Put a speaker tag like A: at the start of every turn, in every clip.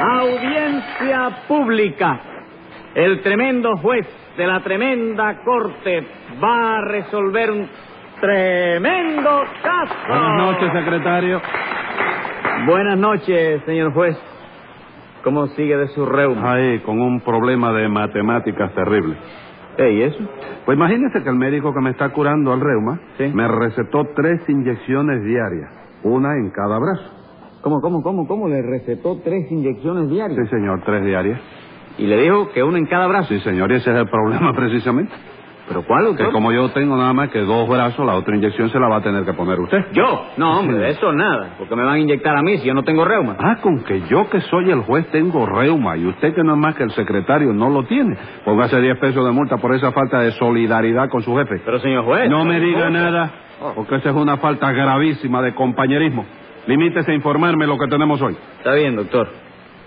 A: Audiencia pública. El tremendo juez de la tremenda corte va a resolver un tremendo caso.
B: Buenas noches, secretario.
A: Buenas noches, señor juez. ¿Cómo sigue de su reuma?
B: Ahí, con un problema de matemáticas terrible.
A: Ey, eso?
B: Pues imagínese que el médico que me está curando al reuma
A: Sí.
B: me recetó tres inyecciones diarias, una en cada brazo.
A: ¿Cómo, cómo, cómo, cómo? Le recetó tres inyecciones
B: Sí,
A: diarias.
B: señor, tres diarias.
A: Y le dijo que una en cada brazo.
B: Sí, señor, y ese es el problema precisamente.
A: ¿Pero cuál, doctor?
B: Que como yo tengo nada más que dos brazos, la otra inyección se la va a tener que poner usted.
A: ¿Yo? No, hombre, de eso nada. Porque me van a inyectar a mí si yo no tengo reuma.
B: Ah, con que yo que soy el juez tengo reuma y usted que no es más que el secretario no lo tiene. Póngase 10 pesos de multa por esa falta de solidaridad con su jefe.
A: Pero, señor juez...
B: No me diga nada,
A: Oh.
B: porque esa es una falta gravísima de compañerismo. Limítese a informarme lo que tenemos hoy.
A: Está bien, doctor.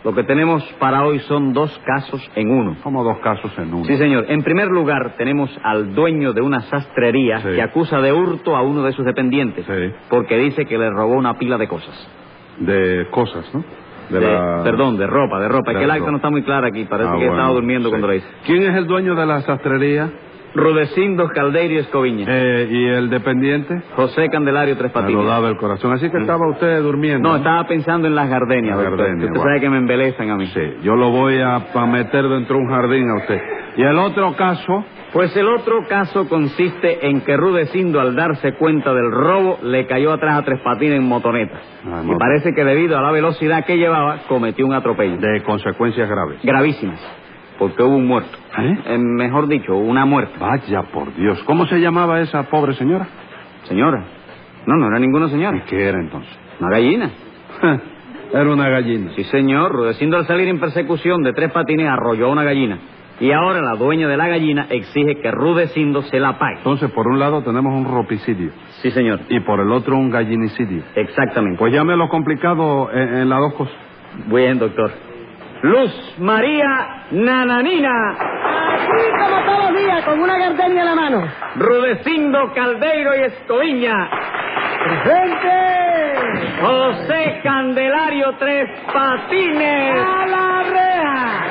A: Lo que tenemos para hoy son dos casos en uno.
B: Somos dos casos en uno.
A: Sí, señor. En primer lugar, tenemos al dueño de una sastrería
B: Sí.
A: que acusa de hurto a uno de sus dependientes
B: Sí.
A: porque dice que le robó una pila de cosas.
B: De cosas, ¿no?
A: De- Perdón, de ropa, de ropa. es
B: de
A: que el
B: la
A: acta
B: ropa.
A: no está muy clara aquí. Parece
B: Ah,
A: que
B: bueno,
A: estaba durmiendo
B: sí.
A: cuando lo hizo.
B: ¿Quién es el dueño de la sastrería?
A: Rudecindo Caldeiro Escoviña.
B: Eh, ¿Y el dependiente?
A: José Candelario Tres
B: Me lo
A: Patines.
B: daba el corazón. Así que estaba usted durmiendo.
A: No, estaba pensando en las gardenias,
B: Las
A: doctor.
B: gardenias,
A: Usted
B: guau.
A: sabe que me embelezan a mí.
B: Sí, yo lo voy a, a meter dentro de un jardín a usted. Y el otro caso,
A: Pues el otro caso consiste en que Rudecindo, al darse cuenta del robo, le cayó atrás a Tres Patines en motoneta.
B: Ah,
A: y
B: moto.
A: parece que debido a la velocidad que llevaba, cometió un atropello.
B: de consecuencias graves.
A: Gravísimas. Porque hubo un muerto.
B: ¿Eh?
A: Eh, mejor dicho, una muerte.
B: Vaya por Dios, ¿cómo se llamaba esa pobre señora?
A: Señora. No, no era ninguna
B: ¿Y
A: señora.
B: qué era entonces?
A: Una gallina.
B: Eh, Era una gallina.
A: Sí, señor. Rudecindo, al salir en persecución de Tres Patines, arrolló a una gallina. Y ahora la dueña de la gallina exige que Rudecindo se la pague.
B: Entonces, por un lado tenemos un ropicidio
A: Sí, señor.
B: y por el otro un gallinicidio.
A: Exactamente.
B: Pues llámelo complicado eh, en, en las dos cosas.
A: Bien, doctor. Luz María Nananina,
C: Aquí como todos los días, con una gardenia en la mano.
A: Rudecindo Caldeiro y Escoviña,
C: ¡Presente!
A: José Candelario Tres Patines.
C: ¡A la reja!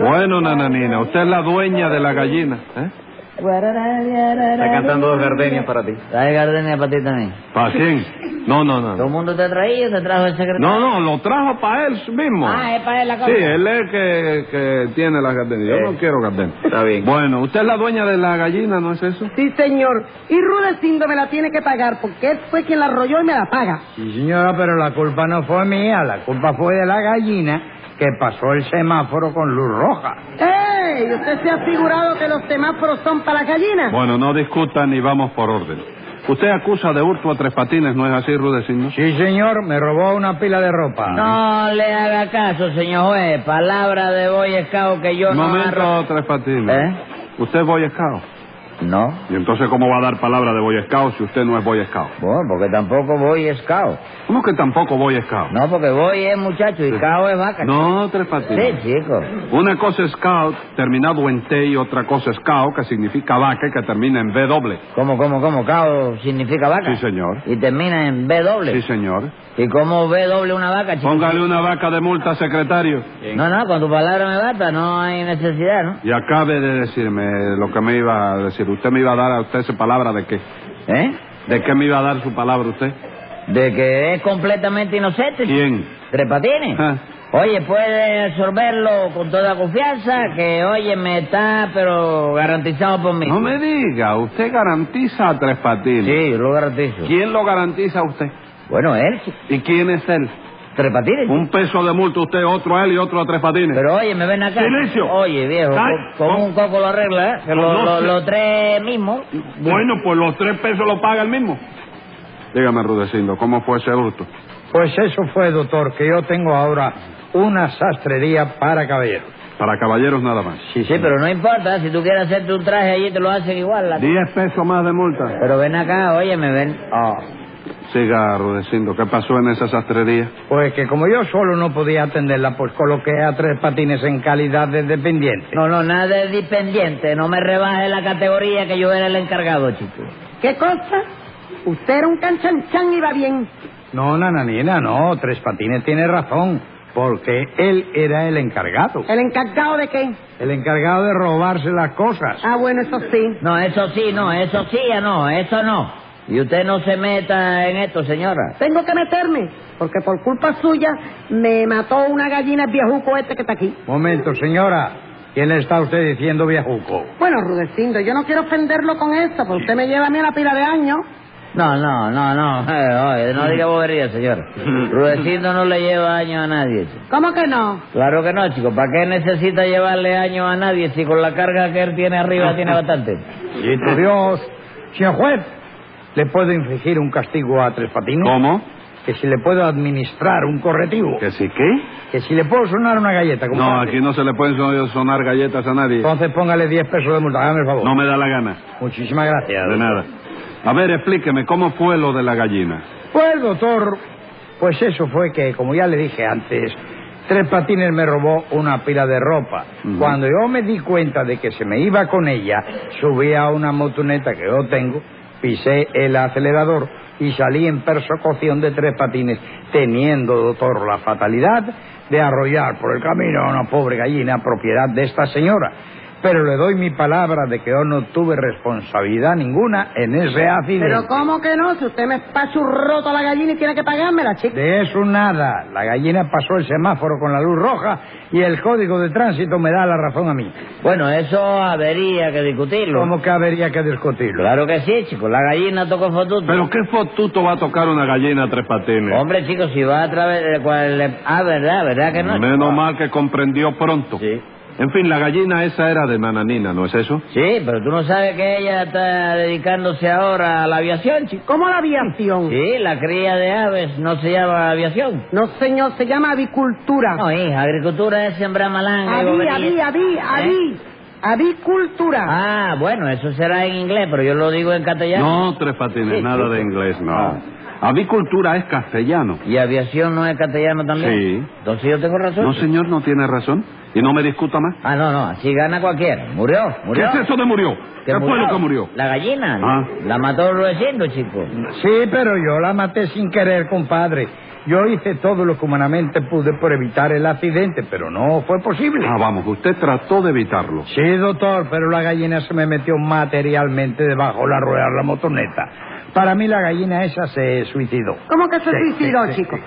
B: Bueno, nananina, usted es la dueña de la gallina. ¿eh?
A: Está cantando dos gardenias para ti.
D: Trae gardenia para ti también.
B: ¿Para quién? No, no,
D: ¿Todo el
B: no.
D: mundo te traía te trajo el secretario?
B: No, no, lo trajo para él mismo.
C: Ah, es para él la cosa.
B: Sí, eh. él es el que, que tiene las gardenias. Yo
A: Eh.
B: no quiero gardenias.
A: Está bien.
B: Bueno, usted es la dueña de la gallina, ¿no es eso?
C: Sí, señor. Y Rudecindo me la tiene que pagar porque él fue quien la arrolló y me la paga.
E: Sí, señora, pero la culpa no fue mía, la culpa fue de la gallina que pasó el semáforo con luz roja.
C: ¡Ey! ¿Usted se ha figurado que los semáforos son para las
A: Ah.
C: gallinas?
B: Bueno, no discutan y vamos por orden. Usted acusa de hurto a tres patines, ¿no es así, Rudecindo?
E: Sí, señor, me robó una pila de ropa.
D: No le haga caso, señor juez. Palabra de Boy Scout que yo no
B: Momento,
D: agarro-
B: tres patines.
D: ¿Eh?
B: ¿Usted es Boy Scout?
D: No.
B: ¿Y entonces cómo va a dar palabra de Boy Scout si usted no es Boy Scout?
D: Bueno, porque tampoco Boy Scout.
B: ¿Cómo que tampoco Boy Scout?
D: No, porque Boy es muchacho y Scout es vaca.
B: No, tres
D: Sí,
B: patines.
D: chico.
B: Una cosa es Scout terminado en T y otra cosa es Scout que significa vaca y que termina en B doble.
D: ¿Cómo, cómo, cómo? Cao significa vaca.
B: Sí, señor.
D: Y termina en B doble.
B: Sí, señor.
D: ¿Y cómo B doble una vaca, chico?
B: Póngale una vaca de multa, secretario.
D: No, no, con tu palabra me basta, no hay necesidad, ¿no?
B: Y acabe de decirme lo que me iba a decir. ¿Usted me iba a dar a usted esa palabra de qué?
D: ¿Eh?
B: ¿De qué me iba a dar su palabra usted?
D: De que es completamente inocente. chico.
B: ¿Quién?
D: ¿Tres patines?
B: Ah.
D: Oye, puede absorberlo con toda confianza, que oye, me está, pero garantizado por mí.
B: No me diga, usted garantiza a Tres Patines.
D: Sí, yo lo garantizo.
B: ¿Quién lo garantiza a usted?
D: Bueno, él, chico.
B: ¿Y quién es él?
D: Tres patines.
B: Un peso de multa usted, otro a él y otro a Tres Patines.
D: Pero oye, me ven acá.
B: Silencio.
D: Oye, viejo,
B: Cal-
D: con,
B: con-
D: un coco lo arregla, ¿eh? Que lo-
B: No
D: lo-
B: se-
D: los tres mismos.
B: Bueno, pues los tres pesos lo paga el mismo. Dígame, Rudecindo, ¿cómo fue ese hurto?
E: Pues eso fue, doctor, que yo tengo ahora una sastrería para caballeros.
B: Para caballeros nada más.
D: Sí, sí, pero no importa, si tú quieres hacerte un traje allí te lo hacen igual. la-
B: Diez pesos más de multa.
D: Pero ven acá, oye, me ven.
E: Ah.
B: Siga, Rudecindo, ¿qué pasó en esa sastrería?
E: Pues que como yo solo no podía atenderla, pues coloqué a tres patines en calidad de dependiente.
D: No, no, nada de dependiente, no me rebaje la categoría que yo era el encargado, chico.
C: ¿Qué cosa? Usted era un canchanchan y va bien.
E: No, nananina, no, tres patines tiene razón. Porque él era el encargado.
C: ¿El encargado de qué?
E: El encargado de robarse las cosas.
C: Ah, bueno, eso sí.
D: No, eso sí, no, eso sí, ya no, eso no. Y usted no se meta en esto, señora.
C: Tengo que meterme, porque por culpa suya me mató una gallina el viejuco este que está aquí.
E: Momento, señora. ¿Quién le está usted diciendo viejuco?
C: Bueno, Rudecindo, yo no quiero ofenderlo con esto, porque usted me lleva a mí a la pila de años.
D: No, no, no, no, eh, oye, no diga bobería, señora. Rudecindo no le lleva años a nadie. chico.
C: ¿Cómo que no?
D: Claro que no, chico. ¿Para qué necesita llevarle años a nadie si con la carga que él tiene arriba tiene bastante?
E: Y tu Dios, señor juez, ¿le puedo infligir un castigo a Tres Patines?
B: ¿Cómo?
E: Que si le puedo administrar un correctivo.
B: ¿Que sí qué?
E: Que si le puedo sonar una galleta. Como
B: No,
E: antes.
B: aquí no se le pueden so- sonar galletas a nadie.
E: Entonces póngale 10 pesos de multa, hágame el favor.
B: No me da la gana.
E: Muchísimas gracias.
B: De nada. A ver, explíqueme, ¿cómo fue lo de la gallina?
E: Pues, doctor, pues eso fue que, como ya le dije antes, Tres Patines me robó una pila de ropa.
B: Ujú.
E: Cuando yo me di cuenta de que se me iba con ella, subí a una motoneta que yo tengo, pisé el acelerador y salí en persecución de Tres Patines, teniendo, doctor, la fatalidad de arrollar por el camino a una pobre gallina propiedad de esta señora. Pero le doy mi palabra de que yo no tuve responsabilidad ninguna en ese accidente.
C: Pero ¿cómo que no? Si usted me roto a la gallina y tiene que pagármela, chica.
E: De eso nada. La gallina pasó el semáforo con la luz roja y el código de tránsito me da la razón a mí.
D: Bueno, eso habría que discutirlo.
E: ¿Cómo que habría que discutirlo?
D: Claro que sí, chico. La gallina tocó fotuto.
B: ¿Pero qué fotuto va a tocar una gallina a tres patines?
D: Hombre, chicos, si va a través de cual... le- Ah, ¿verdad? ¿Verdad que no?
B: Menos
D: chico?
B: mal que comprendió pronto.
D: Sí.
B: En fin, la gallina esa era de Nananina, ¿no es eso?
D: Sí, pero tú no sabes que ella está dedicándose ahora a la aviación, chico.
C: ¿Cómo la aviación?
D: Sí, la cría de aves no se llama aviación.
C: No, señor, se llama avicultura.
D: No, hija, agricultura es sembrar malanga y
C: Avi,
D: bobería.
C: avi, avi,
D: ¿Eh?
C: avi. Avicultura.
D: Ah, bueno, eso será en inglés, pero yo lo digo en castellano.
B: No, tres patines,
D: Sí, Ah.
B: nada
D: sí,
B: de
D: sí.
B: inglés, no. Avicultura es castellano.
D: ¿Y aviación no es castellano también?
B: Sí.
D: Entonces yo tengo razón.
B: No, señor, no tiene razón. Y no me discuta más.
D: Ah, no, no, así gana cualquiera. Murió,
B: ¿Qué
D: murió.
B: es eso de murió? ¿Qué fue lo que murió?
D: La gallina.
B: Ah.
D: La mató Rudecindo, chico.
E: Sí, pero yo la maté sin querer, compadre. Yo hice todo lo que humanamente pude por evitar el accidente, pero no fue posible.
B: Ah, vamos, usted trató de evitarlo.
E: Sí, doctor, pero la gallina se me metió materialmente debajo de la rueda de la motoneta. Para mí la gallina esa se suicidó.
C: ¿Cómo que se
E: Sí,
C: suicidó,
E: sí, sí,
C: chico?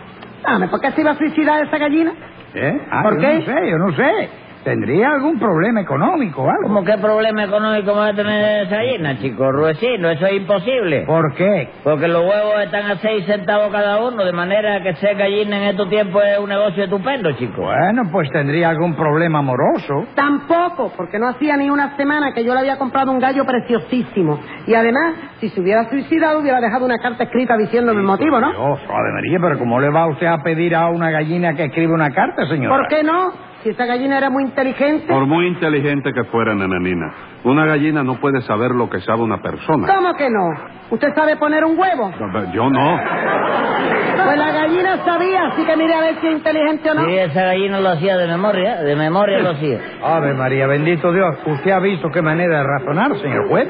C: Dame, ¿por qué se iba a suicidar esa gallina?
E: ¿Eh? Ah, yo
C: ¿Por qué?
E: No sé, yo no sé. Tendría algún problema económico o algo.
D: ¿Cómo qué problema económico va a tener esa gallina, chico? Rudecindo, eso es imposible.
E: ¿Por qué?
D: Porque los huevos están a seis centavos cada uno, de manera que ser gallina en estos tiempos es un negocio estupendo, chico.
E: Bueno, pues tendría algún problema amoroso.
C: Tampoco, porque no hacía ni una semana que yo le había comprado un gallo preciosísimo. Y además, si se hubiera suicidado, hubiera dejado una carta escrita diciéndome el motivo, ¿no?
E: Dios, Ave María, pero ¿cómo le va usted a pedir a una gallina que escribe una carta, señora?
C: ¿Por qué no? Si esa gallina era muy inteligente.
B: Por muy inteligente que fuera Nananina, una gallina no puede saber lo que sabe una persona.
C: ¿Cómo que no? ¿Usted sabe poner un huevo?
B: Yo no.
C: Pues la gallina sabía, así que mire a ver si es inteligente o no.
D: Sí, esa gallina lo hacía de memoria, de memoria lo hacía.
E: Ave María, bendito Dios, usted ha visto qué manera de razonar, señor juez.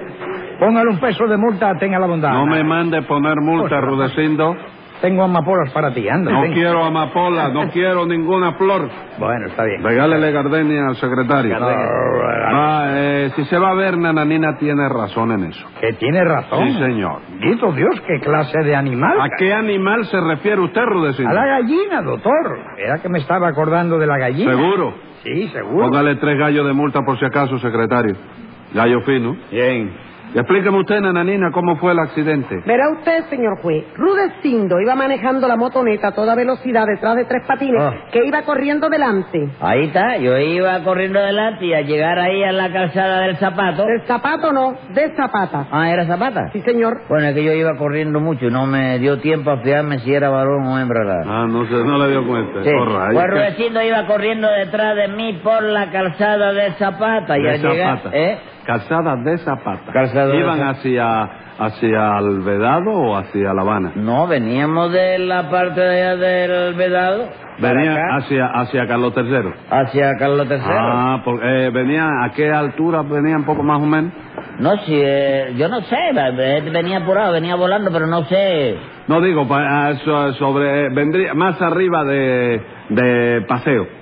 E: Póngale un peso de multa, tenga la bondad.
B: No me mande poner multa, Rudecindo.
E: Tengo amapolas para ti, anda.
B: No
E: ven.
B: quiero amapola, no quiero ninguna flor.
E: Bueno, está bien.
B: Regálele gardenia al secretario.
E: No, regalo.
B: Ah, eh, si se va a ver, Nananina tiene razón en eso.
E: que tiene razón.
B: Sí, señor.
E: Bendito Dios, qué clase de animal.
B: ¿A qué animal se refiere usted, Rudecindo?
E: A la gallina, doctor. Era que me estaba acordando de la gallina.
B: ¿Seguro?
E: Sí, seguro.
B: Póngale tres gallos de multa por si acaso, secretario. Gallo fino.
E: Bien.
B: Y explíqueme usted, Nananina, cómo fue el accidente.
C: Verá usted, señor juez, Rudecindo iba manejando la motoneta a toda velocidad detrás de tres patines
D: Ah.
C: que iba corriendo delante.
D: Ahí está, yo iba corriendo adelante y al llegar ahí a la calzada del zapato...
C: Del zapato no, de zapata.
D: Ah, ¿era zapata?
C: Sí, señor.
D: Bueno, es que yo iba corriendo mucho y no me dio tiempo a fijarme si era varón o hembra la...
B: Ah, no sé, no le dio cuenta.
D: Sí.
B: Oh, rayos.
D: Pues Rudecindo iba corriendo detrás de mí por la calzada de Zapata y
B: De
D: al llegar...
B: zapata.
D: ¿Eh?
B: Calzada de zapata.
D: Calzada de
B: ¿Iban
D: zapata.
B: hacia, hacia Alvedado o hacia La Habana?
D: No, veníamos de la parte de allá del vedado. para
B: Venía
D: acá,
B: hacia, hacia Ah. Carlos III.
D: hacia Carlos III.
B: Ah, por- eh, venía, ¿a qué altura venían poco más o menos?
D: No, si, eh, yo no sé, eh, venía apurado, venía volando, pero no sé.
B: No digo, pa- ah, so- sobre, vendría más arriba de, de paseo.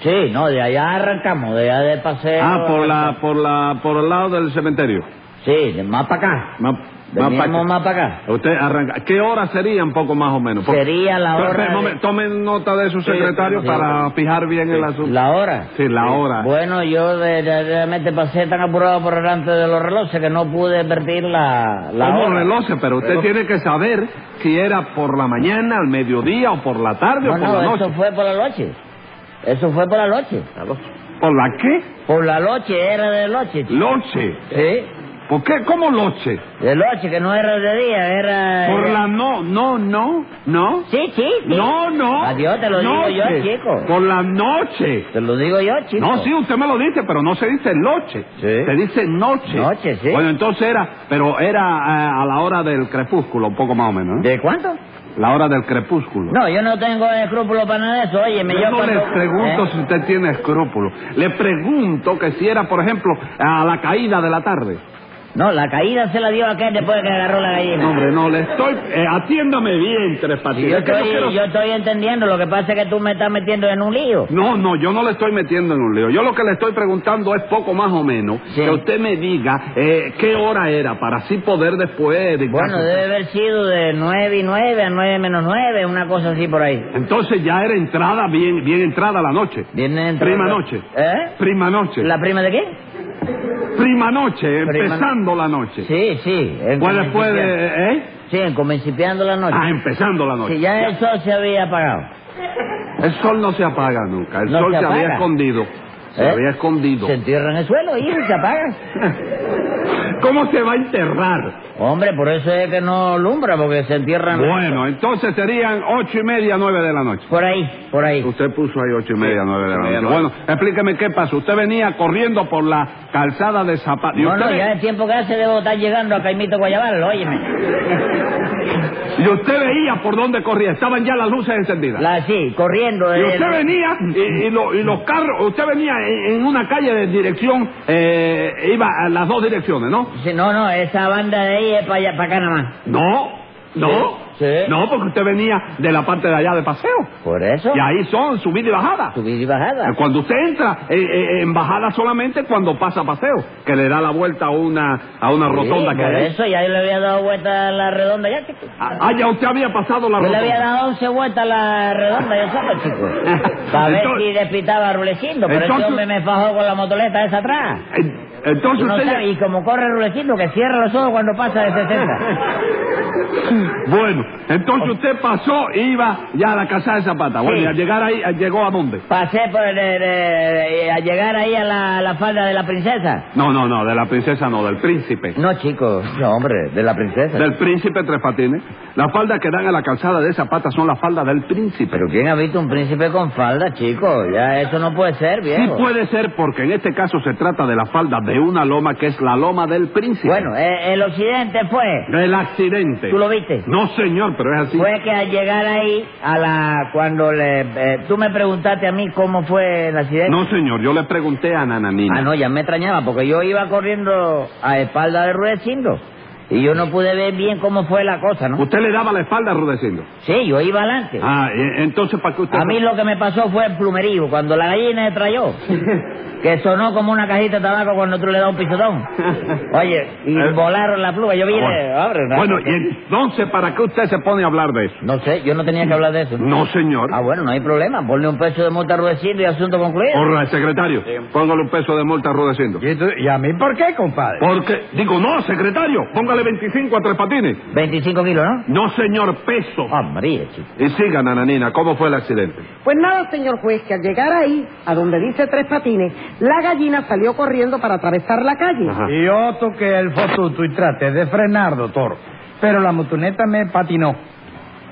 D: Sí, no, de allá arrancamos, de allá de paseo.
B: Ah, por la, por la, por el lado del cementerio.
D: Sí, de más para acá.
B: Ma- ma-
D: Veníamos
B: pa-
D: más para acá.
B: Usted arranca. ¿Qué hora sería un poco más o menos? Por-
D: Sería la
B: Pero, espera,
D: hora.
B: un
D: de-
B: momento, Tomen nota de su secretario
D: sí.
B: para fijar bien el asunto.
D: ¿La hora?
B: Sí, la hora.
D: Bueno, yo de- de- realmente pasé tan apurado por delante de los relojes que no pude advertir la, la
B: Como
D: hora.
B: relojes, pero usted
D: Reloj.
B: tiene que saber si era por la mañana, al mediodía, o por la tarde,
D: No,
B: o por la
D: no,
B: noche.
D: eso fue por la noche. Eso fue por la noche.
B: ¿Por la qué?
D: Por la noche, era de noche. chico.
B: Loche.
D: Sí,
B: ¿Por qué? ¿Cómo loche?
D: de noche, que no era de día, era...
B: Por
D: era-
B: la no, no, no, no.
D: Sí, sí, sí.
B: No, no.
D: Adiós, te lo digo yo,
B: Noche.
D: chico.
B: Por la noche.
D: Te lo digo yo, chico.
B: No, sí, usted me lo dice, pero no se dice noche.
D: Sí.
B: Se dice noche.
D: Noche, sí.
B: Bueno, entonces era, pero era eh, a la hora del crepúsculo, un poco más o menos. ¿eh?
D: ¿De cuánto?
B: La hora del crepúsculo.
D: No, yo no tengo escrúpulos para nada de eso. Oye, me ¿Eh?
B: Yo no le pregunto si usted tiene escrúpulos. Le pregunto que si era, por ejemplo, a la caída de la tarde.
D: No, la caída se la dio aquel después que agarró la gallina.
B: No, hombre, no, le estoy... eh, atiéndame bien, Tres
D: Sí,
B: Patines.
D: yo,
B: Es que yo
D: estoy,
B: quiero-
D: yo estoy entendiendo, lo que pasa es que tú me estás metiendo en un lío.
B: No, no, yo no le estoy metiendo en un lío. Yo lo que le estoy preguntando es poco más o menos
D: Sí.
B: que usted me diga eh, qué hora era para así poder después... dictar
D: Bueno,
B: su-
D: debe haber sido de nueve y nueve a nueve menos nueve, una cosa así por ahí.
B: Entonces ya era entrada, bien, bien entrada la noche.
D: Viene entrando-
B: Prima noche.
D: ¿Eh?
B: Prima noche.
D: ¿La prima de qué?
B: Prima noche,
D: Prima
B: empezando la noche.
D: Sí, sí. en
B: Pues después
D: comencipiando.
B: de... ¿eh?
D: Sí, en comencipiando la noche.
B: Ah, empezando la noche.
D: Sí, ya el sol se había apagado.
B: El sol no se apaga nunca. El
D: No
B: sol
D: se
B: se, había
D: apaga.
B: escondido. Se
D: ¿Eh?
B: había escondido.
D: Se entierra en el suelo y se apaga.
B: ¿Cómo se va a enterrar?
D: Hombre, por eso es que no alumbra, porque se entierran...
B: Bueno, entonces serían ocho y media, nueve de la noche.
D: Por ahí, por ahí.
B: Usted puso ahí ocho y media, nueve de la
E: media,
B: noche.
E: nueve.
B: Bueno, explíqueme qué pasó. Usted venía corriendo por la calzada de Zapata. ¿Y,
D: No, no,
B: usted,
D: ya el tiempo que hace debo estar llegando a Caimito Guayabal, óyeme.
B: y usted veía por dónde corría. Estaban ya las luces encendidas.
D: La, sí, corriendo.
B: Y
D: eh,
B: usted venía, y, y lo- y los carros, usted venía en, en una calle de dirección, eh, iba a las dos direcciones, ¿no?
D: Sí, no, no, esa banda de ahí es para allá, para acá nada más.
B: No, no,
D: Sí, sí.
B: no, porque usted venía de la parte de allá de paseo.
D: Por eso,
B: Y ahí son subida y bajada.
D: subida y bajada.
B: Cuando usted entra eh, eh, en bajada solamente cuando pasa paseo, que le da la vuelta a una, a una rotonda
D: Sí,
B: que
D: por
B: hay.
D: eso, ya yo le había dado vuelta a la redonda ya, chico.
B: Ah, ya usted había pasado la
D: Yo le había
B: rotonda.
D: dado 11 vueltas a la redonda, yo solo, chico. Para ver
B: Entonces-
D: si despitaba Rulecindo, pero
B: Entonces-
D: ese hombre me fajó con la motoleta esa atrás.
B: Eh,
D: Y,
B: Entonces
D: no
B: usted...
D: sabe, y como corre Rulecindo, que cierra los ojos cuando pasa de 60.
B: Bueno, entonces usted pasó, iba ya a la casa de Zapata. Bueno,
D: Sí.
B: y al llegar ahí, eh, ¿llegó a dónde?
D: Pasé por el, el, eh, a llegar ahí a la, la falda de la princesa.
B: No, no, no, de la princesa no, del príncipe.
D: No, chico, no, hombre, de la princesa.
B: Del príncipe Tres Patines. Las faldas que dan a la calzada de Zapata son las faldas del príncipe.
D: Pero ¿quién ha visto un príncipe con falda, chico? Ya eso no puede ser,
B: Sí
D: viejo.
B: puede ser porque en este caso se trata de la falda de una loma que es la loma del príncipe.
D: Bueno, eh, el occidente fue,
B: El accidente.
D: ¿tú lo viste?
B: No, señor, pero es así.
D: Fue que al llegar ahí, a la cuando le... eh, tú me preguntaste a mí cómo fue el accidente.
B: No, señor, yo le pregunté a Nananina.
D: eh. Ah, no, ya me extrañaba, porque yo iba corriendo a espalda de Rudecindo. Y yo no pude ver bien cómo fue la cosa, ¿no?
B: Usted le daba la espalda a Rudecindo.
D: Sí, yo iba adelante.
B: Ah, e- entonces, ¿para qué usted...?
D: A mí lo que me pasó fue el plumerío, cuando la gallina trayó, que sonó como una cajita de tabaco cuando tú le das un pisotón. Oye, y
B: Eh.
D: volaron la pluma. Yo vine,
B: Ah, Bueno,
D: hombre, una
B: bueno
D: cosa.
B: y entonces, ¿para qué usted se pone a hablar de eso?
D: No sé, yo no tenía que hablar de eso.
B: No, señor.
D: Ah, bueno, no hay problema. Ponle un peso de multa a Rudecindo y asunto concluido.
B: Por secretario, póngale un peso de multa a Rudecindo.
E: ¿Y, tú- ¿Y a mí por qué, compadre?
B: Porque, digo, no, secretario, póngale 25 a Tres Patines.
D: 25 kilos, ¿no?
B: No, señor, peso.
D: Hombre, chico.
B: Ah, Y siga, Nananina, ¿cómo fue el accidente?
C: Pues nada, señor juez, que al llegar ahí, a donde dice tres patines, la gallina salió corriendo para atravesar la calle.
B: Ajá.
E: Y yo toqué el fotuto y traté de frenar, doctor. Pero la motoneta me patinó.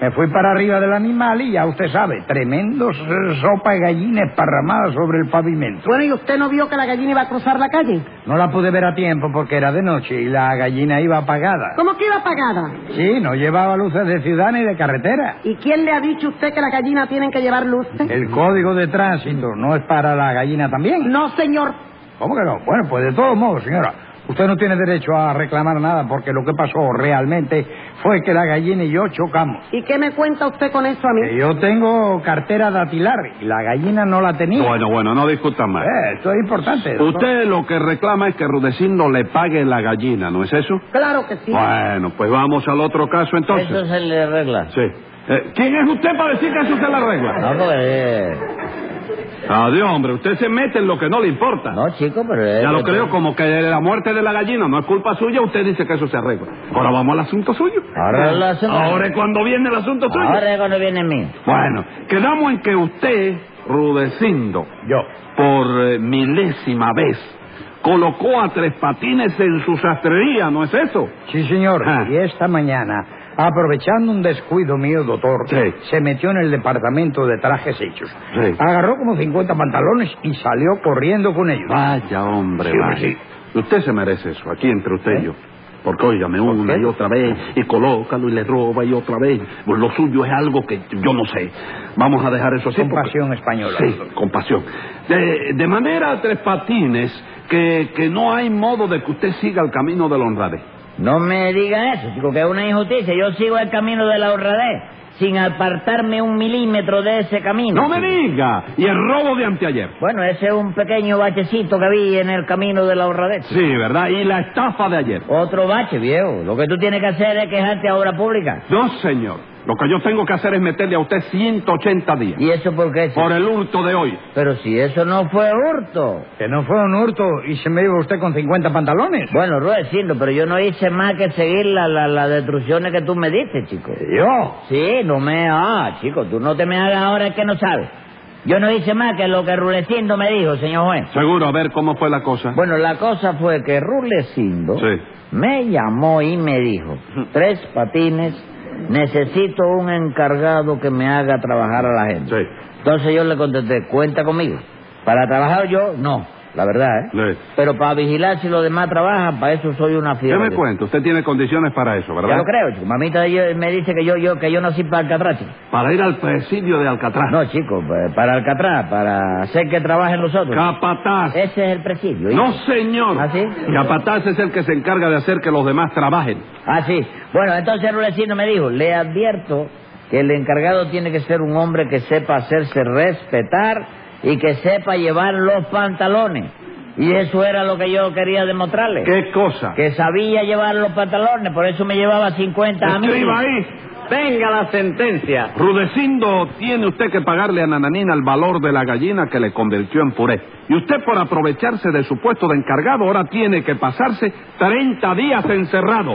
E: Me fui para arriba del animal y ya usted sabe, tremendo s- sopa de gallina esparramada sobre el pavimento.
C: Bueno, ¿y usted no vio que la gallina iba a cruzar la calle?
E: No la pude ver a tiempo porque era de noche y la gallina iba apagada.
C: ¿Cómo que iba apagada?
E: Sí, no llevaba luces de ciudad ni de carretera.
C: ¿Y quién le ha dicho a usted que las gallinas tienen que llevar luces?
E: El código de tránsito no es para la gallina también.
C: No, señor.
E: ¿Cómo que no? Bueno, pues de todos modos, señora. Usted no tiene derecho a reclamar nada porque lo que pasó realmente fue que la gallina y yo chocamos.
C: ¿Y qué me cuenta usted con eso a mí?
E: Que yo tengo cartera datilar y la gallina no la tenía.
B: Bueno, bueno, no discutan más.
E: Eh, esto es importante. doctor.
B: Usted lo que reclama es que Rudecindo le pague la gallina, ¿no es eso?
C: Claro que sí.
B: Bueno, pues vamos al otro caso entonces.
D: Eso se le arregla.
B: Sí. Eh, ¿Quién es usted para decir que es usted la regla?
D: No, porque...
B: Adiós, hombre, usted se mete en lo que no eh, le importa.
D: No, chico, pero... es-
B: Ya lo creo, como que la muerte de la gallina no es culpa suya, usted dice que eso se arregla. Ahora vamos al asunto suyo.
D: Ahora el asunto-
B: Ahora es cuando viene el asunto suyo.
D: Ahora es cuando viene mí.
B: Bueno, quedamos en que usted, Rudecindo,
E: Yo.
B: por eh, milésima vez, colocó a Tres Patines en su sastrería, ¿no es eso?
E: Sí, señor.
B: Ah.
E: Y esta mañana, aprovechando un descuido mío, doctor,
B: Sí.
E: se metió en el departamento de trajes hechos.
B: Sí.
E: Agarró como 50 pantalones y salió corriendo con
B: Ah.
E: ellos.
B: Vaya, hombre,
E: Sí,
B: vaya.
E: hombre, ¿Eh?
B: Usted se merece eso, aquí entre usted y yo. Porque, óigame,
E: ¿Por
B: una
E: qué?
B: y otra vez, y colócalo y le roba y otra vez. Pues lo suyo es algo que yo no sé. Vamos a dejar eso así. porque-
E: Compasión española,
B: Sí,
E: doctor.
B: compasión. De, de manera, Tres Patines, que, que no hay modo de que usted siga el camino de la honradez.
D: No me diga eso, chico, que es una injusticia. Yo sigo el camino de la honradez sin apartarme un milímetro de ese camino.
B: ¡No me
D: chico.
B: diga! Y el robo de anteayer.
D: Bueno, ese es un pequeño bachecito que vi en el camino de la honradez.
B: Sí, ¿verdad? Y la estafa de ayer.
D: Otro bache, viejo. Lo que tú tienes que hacer es quejarte a obra pública.
B: No, señor. Lo que yo tengo que hacer es meterle a usted 180 días.
D: ¿Y eso por qué? chico?
B: Por el hurto de hoy.
D: Pero si eso no fue hurto.
E: Que no fue un hurto y se me iba usted con 50 pantalones.
D: Bueno, Rudecindo, pero yo no hice más que seguir la- la- las destrucciones que tú me diste, chico.
E: Yo.
D: Sí, no me... Ah, chico, tú no te me hagas ahora que no sabes. Yo no hice más que lo que Rudecindo me dijo, señor juez.
B: Seguro, a ver cómo fue la cosa.
D: Bueno, la cosa fue que Rulecindo
B: Sí.
D: me llamó y me dijo, tres patines, necesito un encargado que me haga trabajar a la gente.
B: Sí.
D: Entonces yo le contesté, cuenta conmigo. Para trabajar yo, no, la verdad, ¿eh?
B: Sí.
D: Pero para vigilar si los demás trabajan, para eso soy una
B: ¿Qué
D: fiera.
B: me cuenta? Usted tiene condiciones para eso,
D: Ya
B: ¿verdad?
D: lo creo, chico. Mamita yo- me dice que yo, yo, que yo nací para Alcatraz, chico.
B: Para ir al presidio de Alcatraz.
D: No, chico, pa- para Alcatraz, para hacer que trabajen los otros.
B: Capataz.
D: Ese es el presidio. ¿oíste?
B: No, señor.
D: Eh, ¿Ah, sí?
B: Capataz es el que se encarga de hacer que los demás trabajen.
D: Ah, sí. Bueno, entonces Rulecino me dijo, le advierto que el encargado tiene que ser un hombre que sepa hacerse respetar y que sepa llevar los pantalones. Y eso era lo que yo quería demostrarle.
B: ¿Qué cosa?
D: Que sabía llevar los pantalones, por eso me llevaba 50 a mí.
B: Escriba ahí.
A: Venga la sentencia.
B: Rudecindo, tiene usted que pagarle a Nananina el valor de la gallina que le convirtió en puré. Y usted, por aprovecharse de su puesto de encargado, ahora tiene que pasarse 30 días encerrado.